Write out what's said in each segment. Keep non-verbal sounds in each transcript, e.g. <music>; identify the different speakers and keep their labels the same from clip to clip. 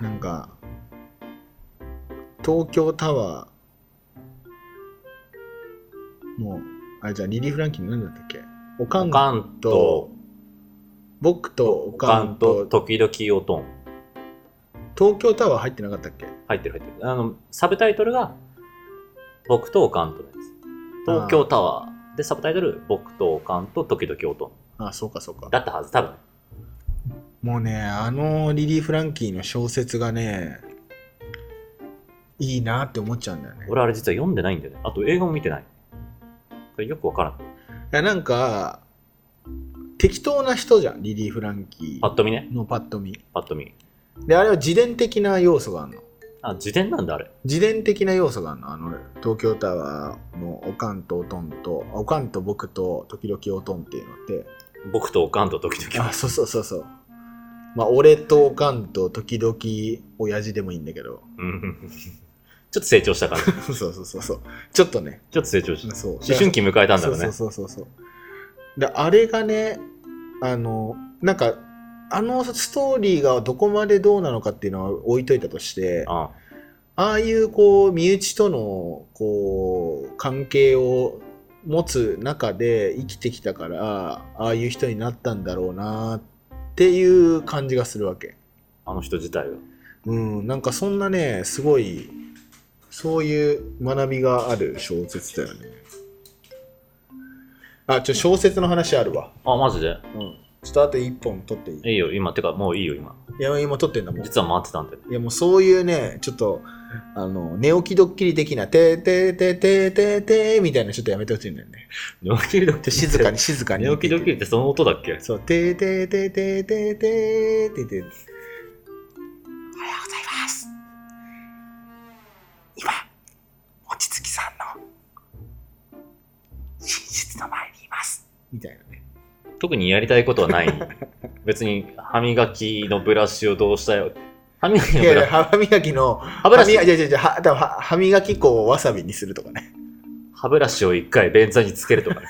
Speaker 1: なんか東京タワーもうあれじゃあリリー・フランキン何だったっけおか
Speaker 2: お
Speaker 1: ん
Speaker 2: かんと、
Speaker 1: 僕とお
Speaker 2: お
Speaker 1: か
Speaker 2: か
Speaker 1: ん
Speaker 2: ん
Speaker 1: と
Speaker 2: と、時々おとん。
Speaker 1: 東京タワー入ってなかったっけ
Speaker 2: 入ってる入ってる。あの、サブタイトルが、僕とおかんとのやつ。東京タワー。で、サブタイトル、僕とおかんと時々おとん。
Speaker 1: あそうかそうか
Speaker 2: だったはず、多分。
Speaker 1: もうねあのリリー・フランキーの小説がねいいなって思っちゃうんだよね
Speaker 2: 俺あれ実は読んでないんだよね。あと映画も見てない。これよくわからん。
Speaker 1: いやなんか適当な人じゃんリリー・フランキ
Speaker 2: パッと見ね。
Speaker 1: ーのパッと見
Speaker 2: パッと見。
Speaker 1: であれは自伝的な要素があるの
Speaker 2: あ、自伝なんだ、あれ。
Speaker 1: 自伝的な要素があるのあの東京タワーのおかんとおとんとおかんと僕と時々おとんっていうのって
Speaker 2: 僕とおかんと時々。
Speaker 1: <laughs> あそうそうそうそうまあ俺とおかんと時々親父でもいいんだけど <laughs>
Speaker 2: うん <laughs> ちょっと成長した感じ。ちょ
Speaker 1: そうそうそうそうちょっとね
Speaker 2: っと成長した。
Speaker 1: そう
Speaker 2: 思春期迎えたんだ
Speaker 1: そ
Speaker 2: ろ
Speaker 1: う
Speaker 2: うね。
Speaker 1: そうそうそうそうであれがねあのなんかあのストーリーがどこまでどうなのかっていうのは置いといたとして
Speaker 2: あ
Speaker 1: ああいうこう身内とのこう関係を持つ中で生きてきたからああいう人になったんだろうなっていう感じがするわけ。
Speaker 2: あの人自体が。
Speaker 1: うん、なんかそんなねすごいそういう学びがある小説だよね。あちょ小説の話あるわ。
Speaker 2: あ、マジで
Speaker 1: うん、ちょっとあと1本取っていい
Speaker 2: いいよ、今。てか、もういいよ、今。
Speaker 1: いや今取ってんだもん。
Speaker 2: 実は回ってたんだよね。
Speaker 1: いやもうそういうね、ちょっと、あの、寝起きドッキリ的な、てーてーてーてーてーてーみたいなちょっとやめてほしいんだよね。
Speaker 2: 寝起きドッキリ。
Speaker 1: 静かに。静かに。
Speaker 2: 寝起きドッキリってその音だっけ
Speaker 1: そう、てーてーてーてーてーてーてーてー。おはようございます。今、望月さんの寝室の前にいます。みたいなね。
Speaker 2: 特にやりたいこと
Speaker 1: <laughs>
Speaker 2: はない。別に、歯磨きのブラシをどうしたよ。歯磨きの
Speaker 1: い
Speaker 2: ブ
Speaker 1: やい
Speaker 2: ラ
Speaker 1: や、
Speaker 2: シ。
Speaker 1: 歯磨きの、
Speaker 2: 歯ブラシ
Speaker 1: 歯磨きいやいやいやは多分は歯磨き粉をわさびにするとかね。
Speaker 2: 歯ブラシを一回便座につけるとかね。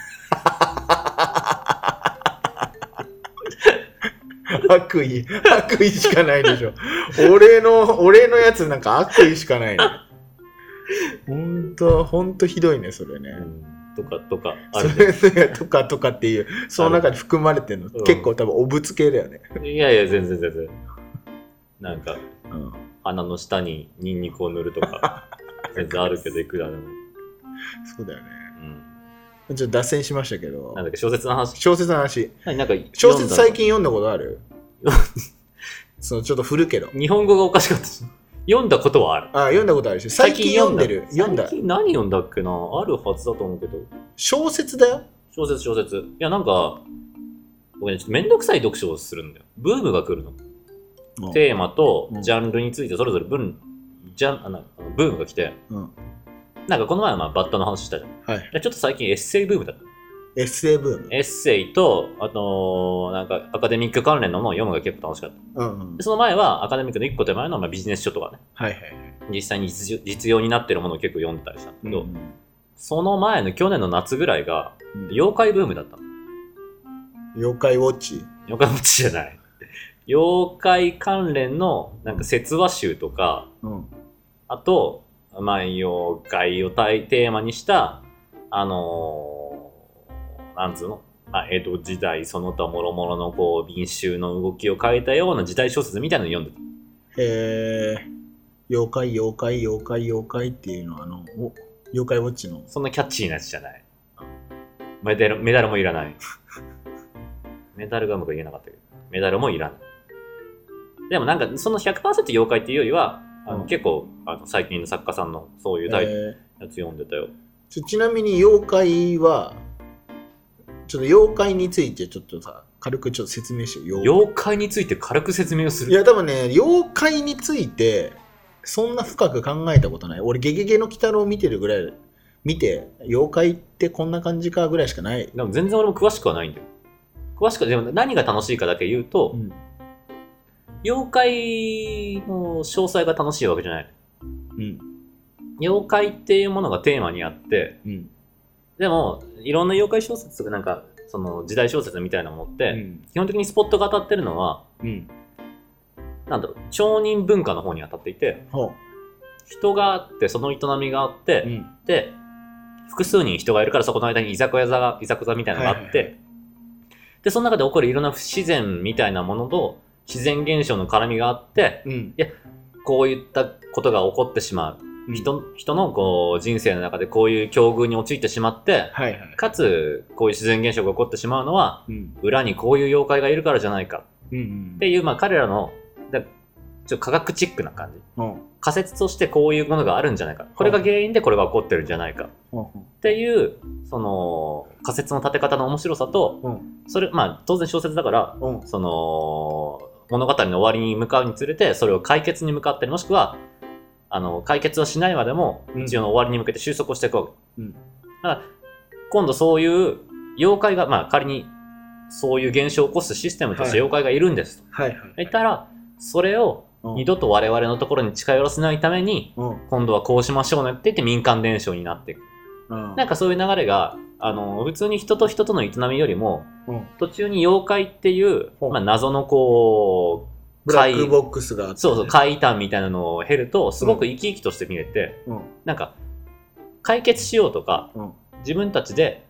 Speaker 1: 悪意、悪意しかないでしょ。俺の、俺のやつなんか悪意しかないね。ほんと、ほんとひどいね、それ
Speaker 2: う
Speaker 1: ね。
Speaker 2: んとか、とか、あ
Speaker 1: そ
Speaker 2: るね
Speaker 1: れそれとかとかっていう、その中に含まれてるの、
Speaker 2: うん
Speaker 1: 結構多分おぶつ系だよね。
Speaker 2: いやいや、全然全然。なんか、
Speaker 1: うん
Speaker 2: 鼻の下にニンニクを塗るとか、全然あるけど、いくらでも。
Speaker 1: そうだよね。
Speaker 2: うん。
Speaker 1: ちょっと脱線しましたけど
Speaker 2: なん、だっけ、小説の話。
Speaker 1: 小説の話。
Speaker 2: 何なんか、
Speaker 1: 小説最
Speaker 2: 近
Speaker 1: 近読んだことあるそのちょっと古いけど。
Speaker 2: 日本語がおかしかったし読んだことはある。
Speaker 1: あ、読んだことあるし、最近読んでる。読んだ
Speaker 2: 最。近何読んだっけなあるはずだと思うけど。
Speaker 1: 小説だよ。
Speaker 2: 小説、小説。いや、なんか、僕ね、ちょっとめんどくさい読書をするんだよ。ブームが来るの。テーマと
Speaker 1: うん
Speaker 2: ジャンルについてそれぞれ分、ジャンあなブームが来て、
Speaker 1: うん。うん
Speaker 2: なんかこの前はまあバッタの話したじゃん。
Speaker 1: はい。
Speaker 2: でちょっと最近エッセイブームだった。
Speaker 1: エッセイブーム。
Speaker 2: エッセイと、あと、なんかアカデミック関連のものを読むが結構楽しかった。
Speaker 1: うんうん
Speaker 2: で、。その前はアカデミックの一個手前のまあビジネス書とかね、
Speaker 1: はいはい。
Speaker 2: 実際に実用実用になってるものを結構読んでたりしたんだけど、
Speaker 1: うん
Speaker 2: その前の去年の夏ぐらいが、
Speaker 1: うん
Speaker 2: 妖怪ブームだったの。
Speaker 1: 妖怪ウォッチ。
Speaker 2: 妖怪ウォッチじゃない。 <laughs> 妖怪関連の、なんか説話集とか、
Speaker 1: うん。
Speaker 2: あと、まあ、妖怪をたいテーマにした、あのーなんつうの、まあ、江戸時代その他諸々のこう、民衆の動きを変えたような時代小説みたいなのを読んでた。
Speaker 1: えー、妖怪、妖怪、妖怪、妖怪っていうのは、あの、お妖怪ウォッチの。
Speaker 2: そんなキャッチーなやつじゃない。メダルメダルもいらない。メダルがうまく言えなかったけど、メダルもいらない。でもなんか、その100%妖怪っていうよりは、あの
Speaker 1: うん
Speaker 2: 結構あの最近の作家さんのそういうタイプ
Speaker 1: え
Speaker 2: のやつ読んでたよ。
Speaker 1: ーちょちなみに妖怪は、ちょっと妖怪についてちょっとさ、軽くちょっと説明してよ妖
Speaker 2: 妖怪について軽く説明をする
Speaker 1: い。や、多分ね、妖怪について、そんな深く考えたことない。俺、ゲゲゲの鬼太郎見てるぐらい、見て、妖怪ってこんな感じかぐらいしかない。
Speaker 2: でも全然俺も詳しくはないんだよ。詳しくは、でも何が楽しいかだけ言うと、
Speaker 1: うん。
Speaker 2: 妖怪の詳細が楽しいわけじゃない。
Speaker 1: うん。
Speaker 2: 妖怪っていうものがテーマにあって、
Speaker 1: うん。
Speaker 2: でも、いろんな妖怪小説とか、なんか、その時代小説みたいなものって、
Speaker 1: うん。
Speaker 2: 基本的にスポットが当たってるのは、
Speaker 1: うん。
Speaker 2: なんだろう町人文化の方に当たっていて
Speaker 1: ほ
Speaker 2: 人があってその営みがあって、
Speaker 1: う。うん。
Speaker 2: で複数人人がいるからそこの間にいざこざがいざこざみたいなのがあって、
Speaker 1: はいは
Speaker 2: でその中で起こるいろんな不自然みたいなものと自然現象の絡みがあって
Speaker 1: うん。
Speaker 2: こういったことが起こってしまう
Speaker 1: うん。
Speaker 2: 人人のこう人生の中でこういう境遇に陥ってしまって
Speaker 1: はいはい。
Speaker 2: かつこういう自然現象が起こってしまうのは
Speaker 1: うん。
Speaker 2: 裏にこういう妖怪がいるからじゃないか
Speaker 1: うんうん。
Speaker 2: っていう、まあ、彼らのだちょっと科学チックな感じ
Speaker 1: ほう、
Speaker 2: 仮説としてこういうものがあるんじゃないかこれが原因でこれが起こってるんじゃないか
Speaker 1: ほうほ
Speaker 2: っていうその仮説の立て方の面白さと
Speaker 1: う。
Speaker 2: それまあ当然小説だから
Speaker 1: うん。うん。
Speaker 2: その物語の終わりに向かうにつれてそれを解決に向かったりもしくはあの解決はしないまでも
Speaker 1: うん
Speaker 2: 一応の終わりに向けて収束をしていくわけ、
Speaker 1: うん
Speaker 2: だから今度そういう妖怪がまあ仮にそういう現象を起こすシステムとして
Speaker 1: はい
Speaker 2: 妖怪がいるんですと
Speaker 1: はいはい。
Speaker 2: 言ったらそれを
Speaker 1: うん
Speaker 2: 二度と我々のところに近寄らせないために
Speaker 1: うん。
Speaker 2: 今度はこうしましょうねって言って民間伝承になっていく
Speaker 1: うん。
Speaker 2: なんかそういう流れが、あの、普通に人と人との営みよりも、
Speaker 1: うん
Speaker 2: 途中に妖怪っていう、
Speaker 1: ほう
Speaker 2: まあ、謎のこう、
Speaker 1: ブラ
Speaker 2: 怪
Speaker 1: ックボックスがあって。
Speaker 2: そうそう、怪談みたいなのを経ると、すごく生き生きとして見えて、
Speaker 1: うん。
Speaker 2: なんか、解決しようとか、
Speaker 1: うん
Speaker 2: 自分たちで、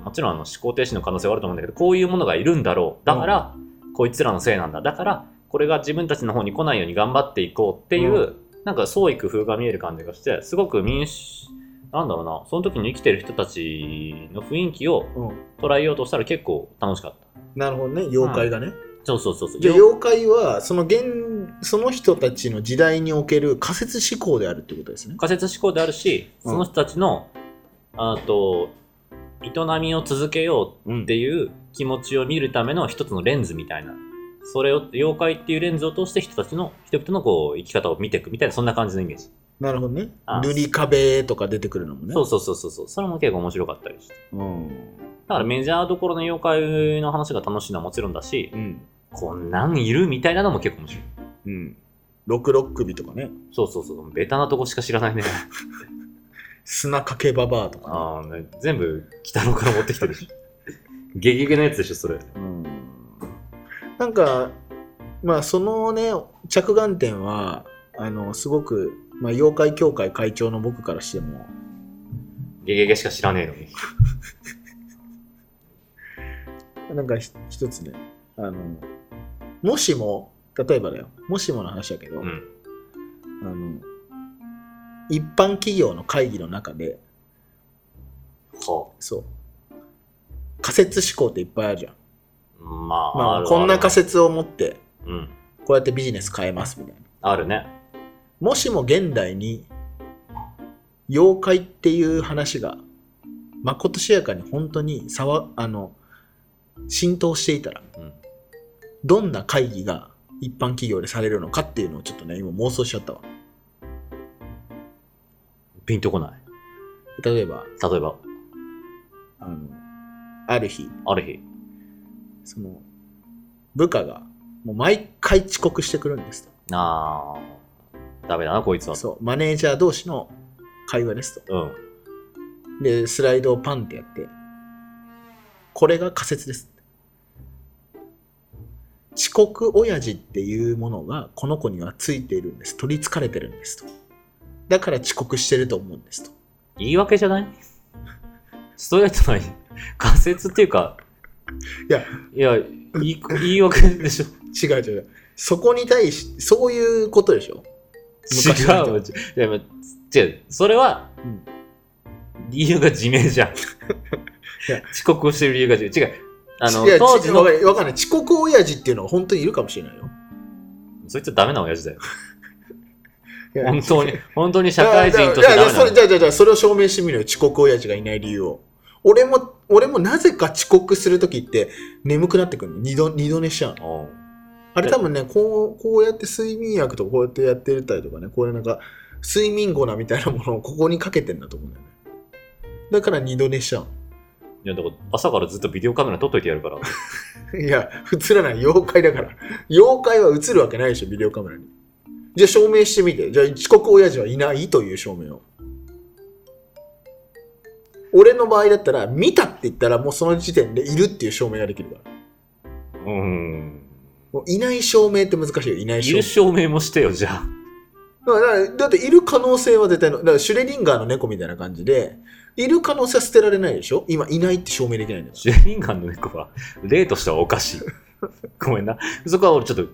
Speaker 2: もちろんあの思考停止の可能性はあると思うんだけど、こういうものがいるんだろう。だから、こいつらのせいなんだ。だから、これが自分たちの方に来ないように頑張っていこうっていう、
Speaker 1: う
Speaker 2: なんか創意工夫が見える感じがして、すごく民主、なんだろうな、その時に生きてる人たちの雰囲気を
Speaker 1: うん。
Speaker 2: 捉えようとしたら結構楽しかった。
Speaker 1: なるほどね、妖怪がね。
Speaker 2: そうそうそうそう。
Speaker 1: じゃあ妖怪は、その現、その人たちの時代における仮説思考であるってことですね。
Speaker 2: 仮説思考であるし、
Speaker 1: うん
Speaker 2: その人たちの、あと、営みを続けよう
Speaker 1: うん
Speaker 2: っていう気持ちを見るための一つのレンズみたいな。それを、妖怪っていうレンズを通して人たちの、人々のこう、生き方を見ていくみたいな、そんな感じのイメージ。
Speaker 1: なるほどね
Speaker 2: あ。
Speaker 1: 塗り壁とか出てくるのもね。
Speaker 2: そうそうそうそうそう。それも結構面白かったりして。
Speaker 1: うん。
Speaker 2: だからメジャーどころの妖怪の話が楽しいのはもちろんだし
Speaker 1: う、ん。
Speaker 2: こんなんいるみたいなのも結構面白い。
Speaker 1: うん。六六首とかね。
Speaker 2: そうそうそう。ベタなとこしか知らないね。
Speaker 1: 砂かけばばあとかね。
Speaker 2: あーね全部、北郎から持ってきて
Speaker 1: <laughs>
Speaker 2: るし。ゲゲゲのやつでしょ、それ。
Speaker 1: うんなんか、まあ、そのね、着眼点は、あの、すごく、まあ、妖怪協会会長の僕からしても、
Speaker 2: ゲゲゲしか知らねえのに。
Speaker 1: なんかひ一つね、あの、もしも、例えばだよ、もしもの話だけど、
Speaker 2: うん。
Speaker 1: あの、一般企業の会議の中で、
Speaker 2: は
Speaker 1: そう、仮説思考っていっぱいあるじゃん。
Speaker 2: あ。まあ、
Speaker 1: ま
Speaker 2: あ
Speaker 1: あ、
Speaker 2: る
Speaker 1: こんな仮。説を持って、
Speaker 2: あるうん。
Speaker 1: こうやってビジネス変えますみたいな。
Speaker 2: あるね。
Speaker 1: もしも現代に妖怪っていう話がまことしやかに本当にさわあの浸透していたら
Speaker 2: うん。
Speaker 1: どんな会議が一般企業でされるのかっていうのをちょっとね今妄想しちゃったわ
Speaker 2: ピンとこない。
Speaker 1: 例えば
Speaker 2: 例えば、
Speaker 1: あのある日
Speaker 2: ある日。
Speaker 1: その部下がもう毎回遅刻してくるんです
Speaker 2: ああ、ダメだな、こいつ
Speaker 1: と
Speaker 2: は。
Speaker 1: そうマネージャー同士の会話ですと
Speaker 2: うん。
Speaker 1: でスライドをパンってやってこれが仮説です遅刻親父っていうものがこの子にはついているんです取りつかれてるんですとだから遅刻してると思うんですと
Speaker 2: 言い訳じゃない <laughs> ストレートな仮説っていうか、
Speaker 1: いや
Speaker 2: いや、言い言い訳でしょ。
Speaker 1: 違う違うそこに対しそういうことでしょ昔
Speaker 2: 違
Speaker 1: の人
Speaker 2: う。いやま違う。それは、
Speaker 1: うん
Speaker 2: 理由が自明じゃん。
Speaker 1: や
Speaker 2: 遅刻をしてる理由が違う。違う。あの
Speaker 1: いや、
Speaker 2: 当時の
Speaker 1: わ、かんわかんない遅刻親父っていうのは本当にいるかもしれないよ
Speaker 2: そいつダメな親父だよ。
Speaker 1: いや
Speaker 2: 本
Speaker 1: <laughs>
Speaker 2: 当に、本当に社会人として
Speaker 1: いやいや
Speaker 2: ダメ
Speaker 1: そ
Speaker 2: な
Speaker 1: れじゃあじゃあじゃあそれを証明してみるよ遅刻親父がいない理由を俺も俺もなぜか遅刻するときって眠くなってくるの二度二度寝しちゃうの
Speaker 2: おう
Speaker 1: あれ多分ねこうこうやって睡眠薬とかこうやってやってたりとかねこういうなんか睡眠粉なみたいなものをここにかけてんだと思うんだよねだから二度寝しちゃう
Speaker 2: いや、だから朝からずっとビデオカメラ撮っといてやる
Speaker 1: <laughs>
Speaker 2: から。
Speaker 1: のいや映らない妖怪だから妖怪は映るわけないでしょビデオカメラにじゃあ証明してみてじゃあ遅刻親父はいないという証明を俺の場合だったら見たって言ったらもうその時点でいるっていう証明ができるから
Speaker 2: うん。
Speaker 1: もういない証明って難しいよ、いない
Speaker 2: い
Speaker 1: 証明
Speaker 2: る。証明もしてよ、じゃあ。
Speaker 1: だからだっている可能性は絶対の、だからシュレディンガーの猫みたいな感じで、いる可能性は捨てられないでしょ今いないって証明できないんだか
Speaker 2: シュレディンガーの猫は、例としてはおかしい。 <laughs> ごめんな。そこは俺ちょっと、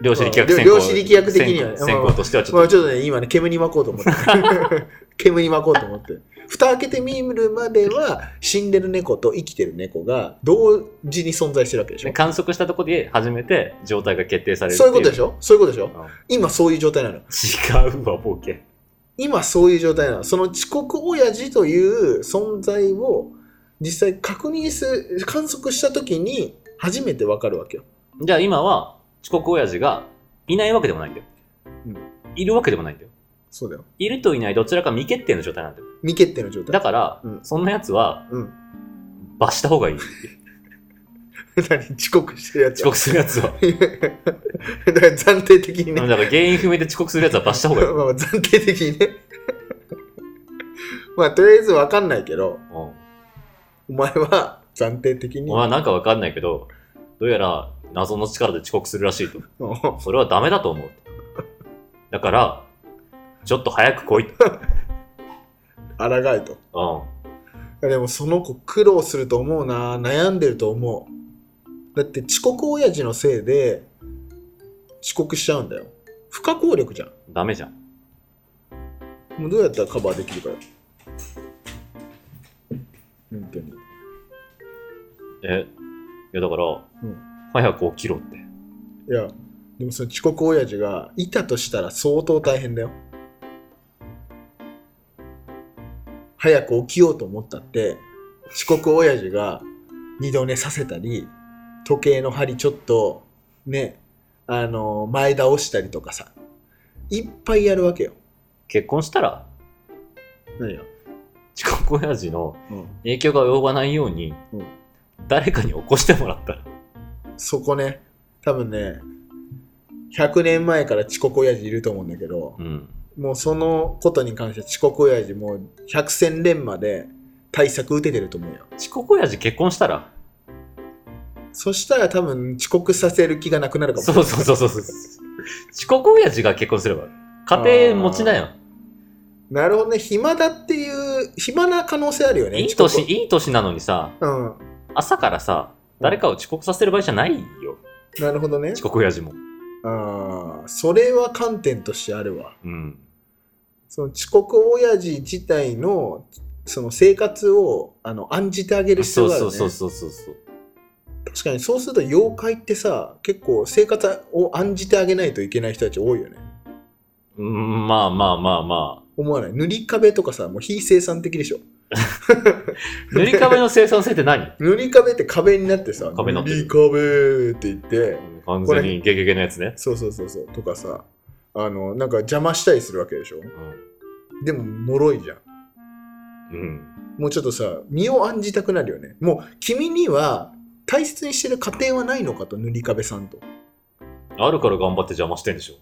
Speaker 2: 量子力学
Speaker 1: うん
Speaker 2: 先行。
Speaker 1: 量子力学的には
Speaker 2: 先行先行としてはち
Speaker 1: ら。
Speaker 2: ょ
Speaker 1: ま
Speaker 2: っ
Speaker 1: あ
Speaker 2: と。
Speaker 1: ちょっとね、今ね、煙に巻こうと思って。
Speaker 2: <laughs>
Speaker 1: 煙に巻こうと思って。蓋開けてみるまでは、死んでる猫と生きてる猫が同時に存在してるわけでしょ
Speaker 2: で観測したところで初めて状態が決定されるって
Speaker 1: そういうことでし
Speaker 2: ょ、
Speaker 1: ょそういうことでしょ
Speaker 2: うん
Speaker 1: 今そういう状態なの。
Speaker 2: 違うわボケ
Speaker 1: 今そういう状態なの。その遅刻親父という存在を実際確認する、観測したときに初めてわかるわけよ。
Speaker 2: じゃあ今は遅刻親父がいないわけでもないんだよ、
Speaker 1: うん
Speaker 2: いるわけでもないんだよ
Speaker 1: そうだよ。
Speaker 2: いるといないどちらか未決定の状態なんだよ
Speaker 1: 未決定の状態。
Speaker 2: だから、
Speaker 1: うん
Speaker 2: そんなやつは、
Speaker 1: うん
Speaker 2: 罰した方がいい
Speaker 1: <laughs> 何遅刻してるやつ <laughs>
Speaker 2: 遅刻するやつは
Speaker 1: だから暫定的に
Speaker 2: でも
Speaker 1: ね
Speaker 2: だから原因不明で遅刻するやつは罰した方がい
Speaker 1: <laughs>
Speaker 2: い、
Speaker 1: まあまあ暫定的にね <laughs> まあとりあえず分かんないけど
Speaker 2: うん
Speaker 1: お前は暫定的に
Speaker 2: お前なんかわかんないけどどうやら謎の力で遅刻するらしいと
Speaker 1: うん
Speaker 2: それはダメだと思うとだからちょっと早く来いと、
Speaker 1: 抗えとい
Speaker 2: うん、
Speaker 1: やでもその子苦労すると思うな悩んでると思うだって遅刻親父のせいで遅刻しちゃうんだよ不可抗力じゃん
Speaker 2: ダメじゃん。
Speaker 1: もうどうやったらカバーできるかよ本当に
Speaker 2: え、いやだから、
Speaker 1: ん
Speaker 2: 早く起きろって。
Speaker 1: いや、でもその遅刻親父がいたとしたら相当大変だよ。早く起きようと思ったって、遅刻親父が二度寝させたり、時計の針ちょっとね、あの、前倒したりとかさ、いっぱいやるわけよ。
Speaker 2: 結婚したら、
Speaker 1: 何や、
Speaker 2: 遅刻親父の
Speaker 1: うん、
Speaker 2: 影響が及ばないように、
Speaker 1: うん
Speaker 2: 誰かに起こしてもらったら。
Speaker 1: そこね、多分ね、100年前から遅刻親父いると思うんだけど、
Speaker 2: うん。
Speaker 1: もうそのことに関して遅刻親父もう百戦錬磨で対策打ててると思うよ
Speaker 2: 遅刻親父結婚したら、
Speaker 1: そしたら多分遅刻させる気がなくなるかも
Speaker 2: そうそうそうそうそう。遅刻親父が結婚すれば、家庭持ちなよ。
Speaker 1: なるほどね暇だっていう暇な可能性あるよね
Speaker 2: いい
Speaker 1: 遅刻
Speaker 2: 年、いい年なのにさ、
Speaker 1: うん
Speaker 2: 朝からさ、誰かを遅刻させる場合じゃないよ。
Speaker 1: なるほどね
Speaker 2: 遅刻親父も。
Speaker 1: あーそれは観点としてあるわ
Speaker 2: うん。
Speaker 1: その遅刻親父自体のその生活をあの案じてあげる必
Speaker 2: そ
Speaker 1: 要
Speaker 2: う
Speaker 1: がある、
Speaker 2: そ
Speaker 1: ね、
Speaker 2: うそうそうそうそう。
Speaker 1: 確かにそうすると妖怪ってさ結構生活を案じてあげないといけない人たち多いよね
Speaker 2: うん、まあまあまあまあ。
Speaker 1: 思わない塗り壁とかさもう非生産的でしょ
Speaker 2: 塗り壁の生産性って
Speaker 1: <laughs>
Speaker 2: 何
Speaker 1: 塗り壁って壁になってさ
Speaker 2: 壁になってる
Speaker 1: 塗り壁って言って
Speaker 2: 完全にゲゲゲのやつね。
Speaker 1: そうそうそうそうとかさあのなんか邪魔したりするわけでしょでも脆いじゃん
Speaker 2: うん。
Speaker 1: もうちょっとさ身を案じたくなるよねもう君には大切にしてる家庭はないのかと塗り壁さんと
Speaker 2: あるから頑張って邪魔してんでしょ。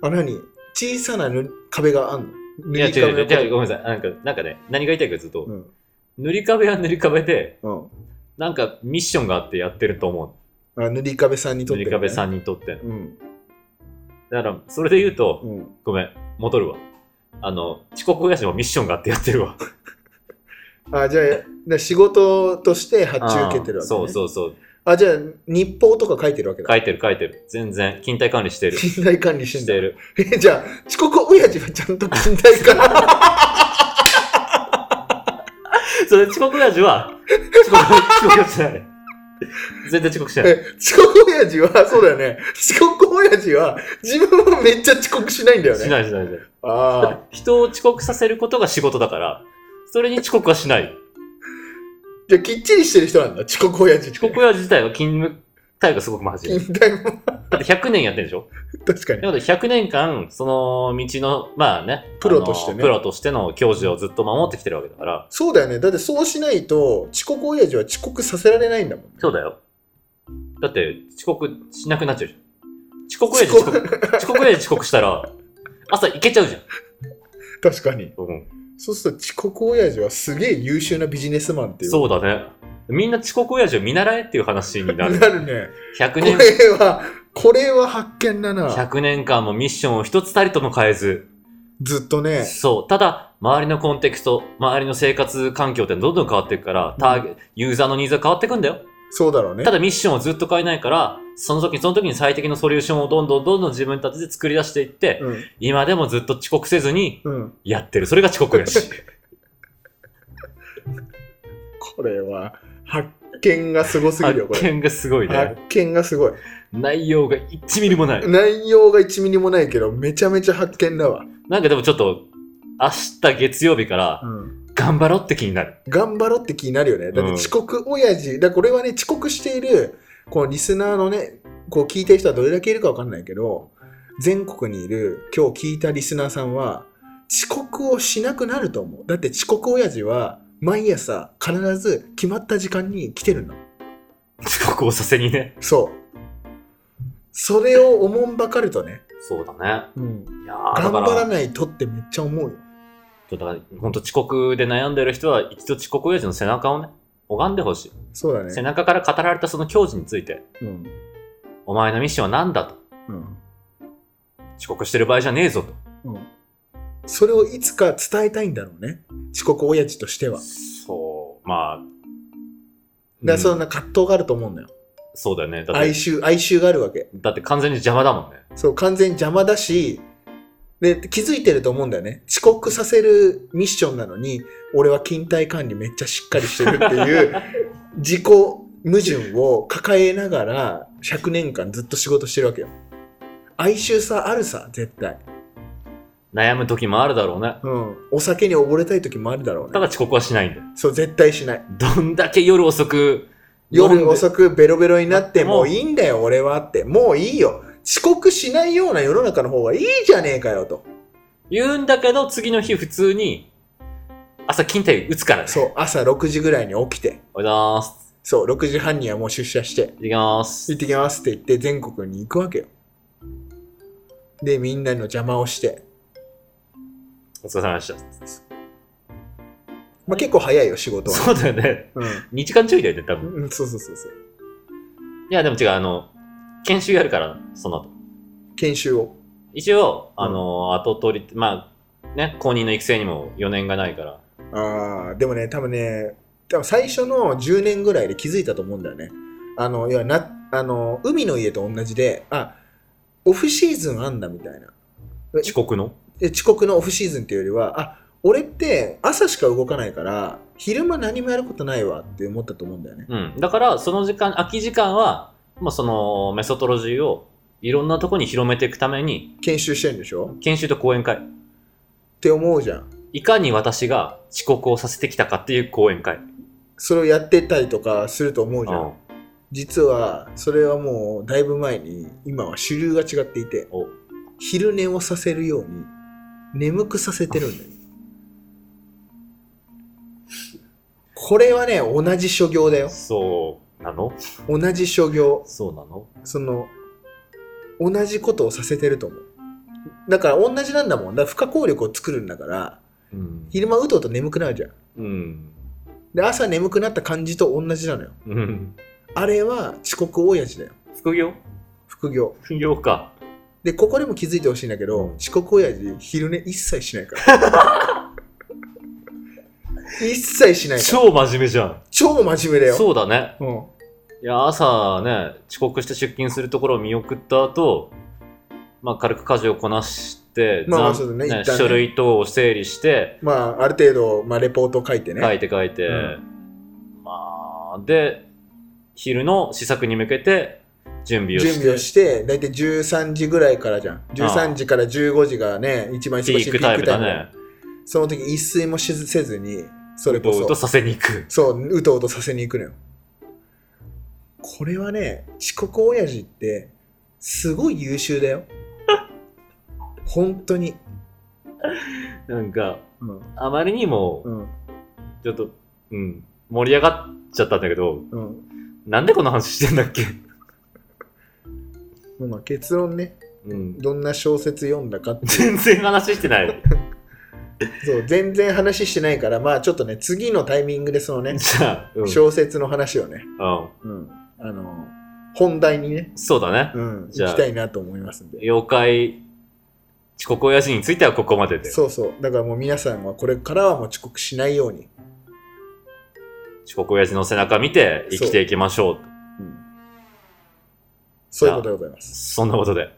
Speaker 1: あ何小さな塗り壁があんの
Speaker 2: い
Speaker 1: 塗
Speaker 2: や、違
Speaker 1: り壁
Speaker 2: う違う違う、
Speaker 1: う
Speaker 2: ごめんなさい。なんか、なんかね、何が言いたいかずっと、
Speaker 1: うん
Speaker 2: 塗り壁は塗り壁で、
Speaker 1: うん
Speaker 2: なんかミッションがあってやってると思
Speaker 1: あ塗り壁さんに
Speaker 2: う。
Speaker 1: とっ
Speaker 2: 塗
Speaker 1: て
Speaker 2: り壁
Speaker 1: ん
Speaker 2: さんにとって。
Speaker 1: うん
Speaker 2: だから、それで言うと、
Speaker 1: うん
Speaker 2: ごめん、戻るわ。あの、遅刻親父もミッションがあってやって
Speaker 1: <laughs>
Speaker 2: るわ。
Speaker 1: あじゃあだ仕事として発注受けてるわけ、ね、
Speaker 2: そうそうそう。
Speaker 1: あ、じゃあ、日報とか書いてるわけだ。
Speaker 2: 書いてる書いてる。全然、勤怠管理してる。
Speaker 1: 近代管理して
Speaker 2: し
Speaker 1: ん
Speaker 2: て
Speaker 1: だ。
Speaker 2: る。
Speaker 1: え、じゃあ、遅刻親父はちゃんと近代
Speaker 2: <laughs>
Speaker 1: 管
Speaker 2: それ、遅刻親父は、遅刻、遅刻親父じゃない。全然遅刻して
Speaker 1: 理。
Speaker 2: ない。
Speaker 1: え遅刻親父は、そうだよね。遅刻親父は、自分はめっちゃ遅刻しないんだよね。
Speaker 2: しないしないしない。
Speaker 1: ああ。
Speaker 2: 人を遅刻させることが仕事だから、それに遅刻はしない。
Speaker 1: じゃあ、きっちりしてる人なんだ、遅刻親父って。
Speaker 2: 遅刻親父自体は勤務態がすごく真面目。
Speaker 1: 近代も、
Speaker 2: だって100年やってるでしょ
Speaker 1: 確か
Speaker 2: という
Speaker 1: に。
Speaker 2: ことで100年間、その道の、まあね、
Speaker 1: プロとしてね
Speaker 2: あのプロとしての教授をずっと守ってきてるわけだから、
Speaker 1: そうだよね。だって、そうしないと、遅刻親父は遅刻させられないんだもん。
Speaker 2: そうだよ。だって、遅刻しなくなっちゃうじゃん。遅刻親父遅刻、遅刻親父遅刻したら、朝行けちゃうじゃん。
Speaker 1: 確かに。
Speaker 2: うん
Speaker 1: そうすると遅刻親父はすげえ優秀なビジネスマンっていう。
Speaker 2: そうだね。みんな遅刻親父を見習えっていう話に
Speaker 1: な
Speaker 2: な <laughs> る。
Speaker 1: るね。
Speaker 2: 100
Speaker 1: こ
Speaker 2: 年、
Speaker 1: れは、これは発見だな。
Speaker 2: 100年間もミッションを一つたりとも変えず。
Speaker 1: ずっとね。
Speaker 2: そう。ただ、周りのコンテクスト、周りの生活環境ってどんどん変わっていくから、ターゲユーザーのニーズは変わっていくんだよ。
Speaker 1: そうだろうね
Speaker 2: た。だミッションをずっと変えないから、その時、その時に最適のソリューションをどんどんどんどん自分たちで作り出していって、
Speaker 1: うん。
Speaker 2: 今でもずっと遅刻せずに
Speaker 1: うん。
Speaker 2: やってる。それが遅刻
Speaker 1: <laughs>
Speaker 2: やし。
Speaker 1: これは、発見がすごすぎる
Speaker 2: 発
Speaker 1: よ、これ。
Speaker 2: 見がすごいね
Speaker 1: 発。見がすごい。
Speaker 2: 内容が1ミリもない。
Speaker 1: 内容が1ミリもないけど、めちゃめちゃ発見だわ。
Speaker 2: なんかでもちょっと、明日月曜日から
Speaker 1: うん。
Speaker 2: 頑張ろうって気になる。
Speaker 1: 頑張ろうって気になるよね。だって遅刻親父、だからこれはね、遅刻している、このリスナーのね、こう聞いてる人はどれだけいるかわかんないけど、全国にいる、今日聞いたリスナーさんは、遅刻をしなくなると思う。だって遅刻親父は、毎朝必ず決まった時間に来てるんだもん
Speaker 2: 遅刻をさせにね。
Speaker 1: そう。それをおもんばかるとね、
Speaker 2: そうだね。いやーだ
Speaker 1: 頑
Speaker 2: か
Speaker 1: 張ら
Speaker 2: ら、
Speaker 1: ないとってめっちゃ思うよ。
Speaker 2: ちょっとだから本当遅刻で悩んでる人は一度遅刻親父の背中をね、拝んでほしい。
Speaker 1: そうだ
Speaker 2: 背
Speaker 1: ね。
Speaker 2: 中から語られたその教示について、
Speaker 1: うん。
Speaker 2: お前のミッションは何だと。
Speaker 1: うん。
Speaker 2: 遅刻してる場合じゃねえぞと。
Speaker 1: うん。それをいつか伝えたいんだろうね。遅刻親父としては。だか
Speaker 2: そう、まあ。う
Speaker 1: ら
Speaker 2: ん
Speaker 1: そんな葛藤があると思うんだよ。
Speaker 2: そうだよね。だっ
Speaker 1: 哀
Speaker 2: て、
Speaker 1: 愁、哀愁があるわけ。
Speaker 2: だって完全に邪魔だもんね。
Speaker 1: そう、完全に邪魔だし、で、気づいてると思うんだよね。遅刻させるミッションなのに、俺は勤怠管理めっちゃしっかりしてるって
Speaker 2: <laughs>
Speaker 1: いう、自己矛盾を抱えながら、100年間ずっと仕事してるわけよ。哀愁さあるさ、絶対。
Speaker 2: 悩む時もあるだろうね。
Speaker 1: うん。お酒に溺れたい時もあるだろう
Speaker 2: た
Speaker 1: ね。
Speaker 2: だ遅刻はしないんだよ。
Speaker 1: そう、絶対しない。
Speaker 2: どんだけ夜遅く、
Speaker 1: 夜遅くベロベロになって、
Speaker 2: もう
Speaker 1: もういいんだよ、俺はって。もういいよ。遅刻しないような世の中の方がいいじゃねえかよと。
Speaker 2: 言うんだけど、次の日普通に、朝勤怠打つからね。
Speaker 1: そう、朝6時ぐらいに起きて、
Speaker 2: おはようございます。
Speaker 1: そう、6時半にはもう出社して、
Speaker 2: いってきます
Speaker 1: 行っ。てきますって言って全国に行くわけよ。で、みんなの邪魔をして、
Speaker 2: お疲れ様でした。
Speaker 1: まあ、結構早いよ、仕事は。
Speaker 2: そうだよね。
Speaker 1: う
Speaker 2: 2時間ちょいだよね、多分。
Speaker 1: ん、うん、そうそうそうそう。
Speaker 2: いや、でも違う、あの、研修やるから、その後。
Speaker 1: 研修を。
Speaker 2: 一応、
Speaker 1: うん
Speaker 2: あの、後取りって、まあ、ね、公認の育成にも4年がないから。
Speaker 1: ああ、でもね、多分ね、多分最初の10年ぐらいで気づいたと思うんだよね。あの、要はな、あの、海の家と同じで、あ、オフシーズンあんだみたいな。
Speaker 2: 遅刻の
Speaker 1: で遅刻のオフシーズンっていうよりはあ俺って朝しか動かないから昼間何もやることないわって思ったと思うんだよね
Speaker 2: うん。だから、その時間、空き時間は、まあ、その、メソトロジーを、いろんなとこに広めていくために、
Speaker 1: 研修してるんでしょ
Speaker 2: 研修と講演会。
Speaker 1: って思うじゃん
Speaker 2: いかに私が遅刻をさせてきたかっていう講演会。
Speaker 1: それをやってたりとかすると思うじゃん、
Speaker 2: うん
Speaker 1: 実はそれはもうだいぶ前に今は主流が違っていて
Speaker 2: お
Speaker 1: 昼寝をさせるように眠くさせてるんだよこれはね同じ所業だよ
Speaker 2: そうなの
Speaker 1: 同じ所業
Speaker 2: そうなの
Speaker 1: その同じことをさせてると思うだから同じなんだもんだから不可抗力を作るんだから
Speaker 2: うん。
Speaker 1: 昼間うとうと眠くなるじゃん
Speaker 2: うん。
Speaker 1: で朝眠くなった感じと同じなのよ
Speaker 2: うん。
Speaker 1: あれは遅刻親父だよ
Speaker 2: 副業
Speaker 1: 副業
Speaker 2: 副業か。
Speaker 1: でここでも気づいてほしいんだけど、
Speaker 2: うん
Speaker 1: 遅刻親父昼寝一切しないから <laughs> 一切しないから
Speaker 2: 超真面目じゃん。
Speaker 1: 超真面目だよ
Speaker 2: そうだね。
Speaker 1: うん
Speaker 2: いや、朝ね、遅刻して出勤するところを見送った後、まあ、軽く家事をこなして、
Speaker 1: まあまあ
Speaker 2: ざん
Speaker 1: そうだね一旦ね
Speaker 2: 書類等を整理して、
Speaker 1: まあある程度、まあ、レポート書いてね、
Speaker 2: 書いて書いて、
Speaker 1: う
Speaker 2: まあ、で、昼の試作に向けて準備をして、
Speaker 1: 準備をして、大体13時ぐらいからじゃん。13時から15時がね、一番忙しい
Speaker 2: ピークタイムだね。
Speaker 1: その時一睡もしずせずに、それ
Speaker 2: う
Speaker 1: こと
Speaker 2: うと
Speaker 1: そ、
Speaker 2: させに行く。
Speaker 1: そう、うとうとさせに行くのよ。これはね、遅刻親父って、すごい優秀 <laughs> だよ。本当に。
Speaker 2: なんか、
Speaker 1: うん。
Speaker 2: あまりにも、
Speaker 1: うん。
Speaker 2: ちょっと、うん、盛り上がっちゃったんだけど、
Speaker 1: うん。
Speaker 2: なんでこの話してんだっけ
Speaker 1: まあ結論ね、
Speaker 2: う
Speaker 1: <laughs>
Speaker 2: ん。
Speaker 1: どんな小説読んだかって。
Speaker 2: <laughs> 全然話してない。
Speaker 1: そう全然話してないからまあちょっとね次のタイミングでそのね
Speaker 2: じゃあ、うん。
Speaker 1: 小説の話をね、
Speaker 2: う
Speaker 1: う
Speaker 2: ん
Speaker 1: ん、あの本題にね、
Speaker 2: そうだね。
Speaker 1: うん、
Speaker 2: じゃ
Speaker 1: 行
Speaker 2: あ
Speaker 1: きたいなと思いますんで
Speaker 2: 妖怪、遅刻親父についてはここまでで。
Speaker 1: そうそうだからもう皆さんはこれからはもう遅刻しないように、
Speaker 2: 遅刻親父の背中見て生きていきましょうと。
Speaker 1: うんそういうことでございます
Speaker 2: そんなことで。
Speaker 1: はい